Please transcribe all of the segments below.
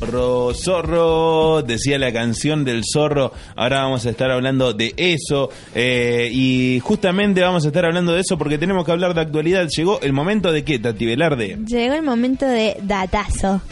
Zorro, zorro, decía la canción del zorro. Ahora vamos a estar hablando de eso. eh, y justamente vamos a estar hablando de eso porque tenemos que hablar de actualidad. Llegó el momento de qué, Tati Velarde. Llegó el momento de datazo.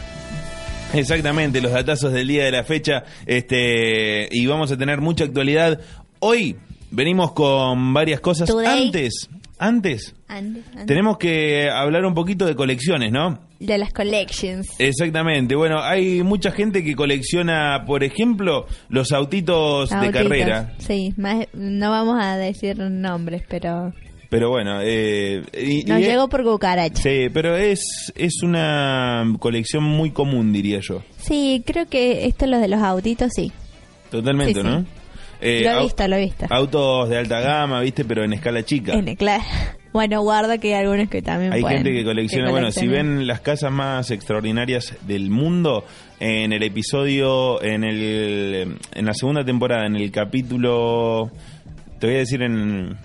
Exactamente, los datazos del día de la fecha. Este, y vamos a tener mucha actualidad. Hoy venimos con varias cosas. Today. Antes, antes, Antes, antes. tenemos que hablar un poquito de colecciones, ¿no? De las collections. Exactamente. Bueno, hay mucha gente que colecciona, por ejemplo, los autitos de Autitos. carrera. Sí, más- no vamos a decir nombres, pero Pero bueno, eh, y- nos y- llegó por cucaracha. Sí, pero es, es una colección muy común, diría yo. Sí, creo que esto es lo de los autitos, sí. Totalmente, Sí, sí. ¿no? Eh, lo he au- visto, lo he visto. Autos de alta gama, viste, pero en escala chica. En el- claro. Bueno, guarda que hay algunos que también Hay pueden- gente que colecciona, bueno, si coleccionan. ven las casas más extraordinarias del mundo, en el episodio, en el en la segunda temporada, en el capítulo, te voy a decir en,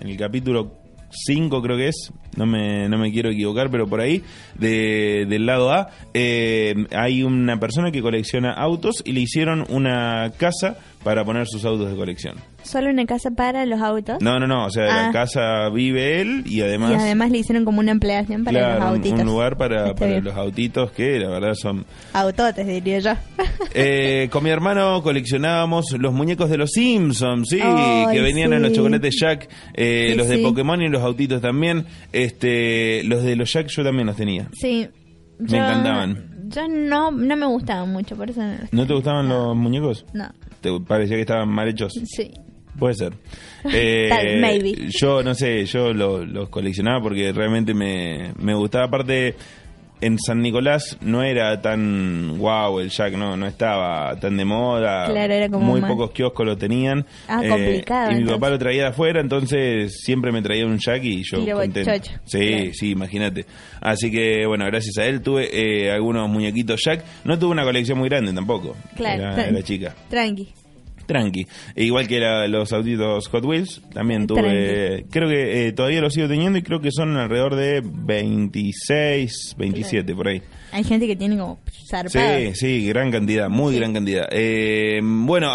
en el capítulo 5 creo que es, no me, no me quiero equivocar, pero por ahí, de- del lado A, eh, hay una persona que colecciona autos y le hicieron una casa para poner sus autos de colección. Solo una casa para los autos. No, no, no, o sea, la Ah. casa vive él y y además le hicieron como una ampliación para Claro, los un- autitos. un lugar para, Está para bien. los autitos que la verdad son... Autotes, diría yo. Eh, con mi hermano coleccionábamos los muñecos de los Simpsons, sí, Ay, que venían en los sí. chocolates Jack, eh, Sí, los de sí. Pokémon y los autitos también. este Los de los Jack yo también los tenía. sí. Me encantaban. Yo no, no me gustaban mucho, por eso no. los- ¿No te gustaban los muñecos? No, ¿Te parecía que estaban mal hechos? sí. Puede ser. Eh, Tal, maybe. Yo no sé, yo lo- los coleccionaba porque realmente me, me gustaba. Aparte, en San Nicolás no era tan wow el Jack, no, no estaba tan de moda. Claro, era como Muy más- pocos kioscos lo tenían. Eh, Ah, complicado, Y mi papá entonces. lo traía de afuera, entonces siempre me traía un Jack y yo Y lo contento. bochocho. Sí, Claro. sí, imagínate. Así que bueno, gracias a él tuve eh, algunos muñequitos Jack. No tuve una colección muy grande tampoco. Claro, Era- claro. era chica. Tranqui. Tranqui. E igual que la- los autitos Hot Wheels, también tuve. Creo que eh, todavía los sigo teniendo y creo que son alrededor de 26, 27 por ahí. Hay gente que tiene como zarpado. Sí, sí, gran cantidad, muy gran cantidad. Eh, bueno,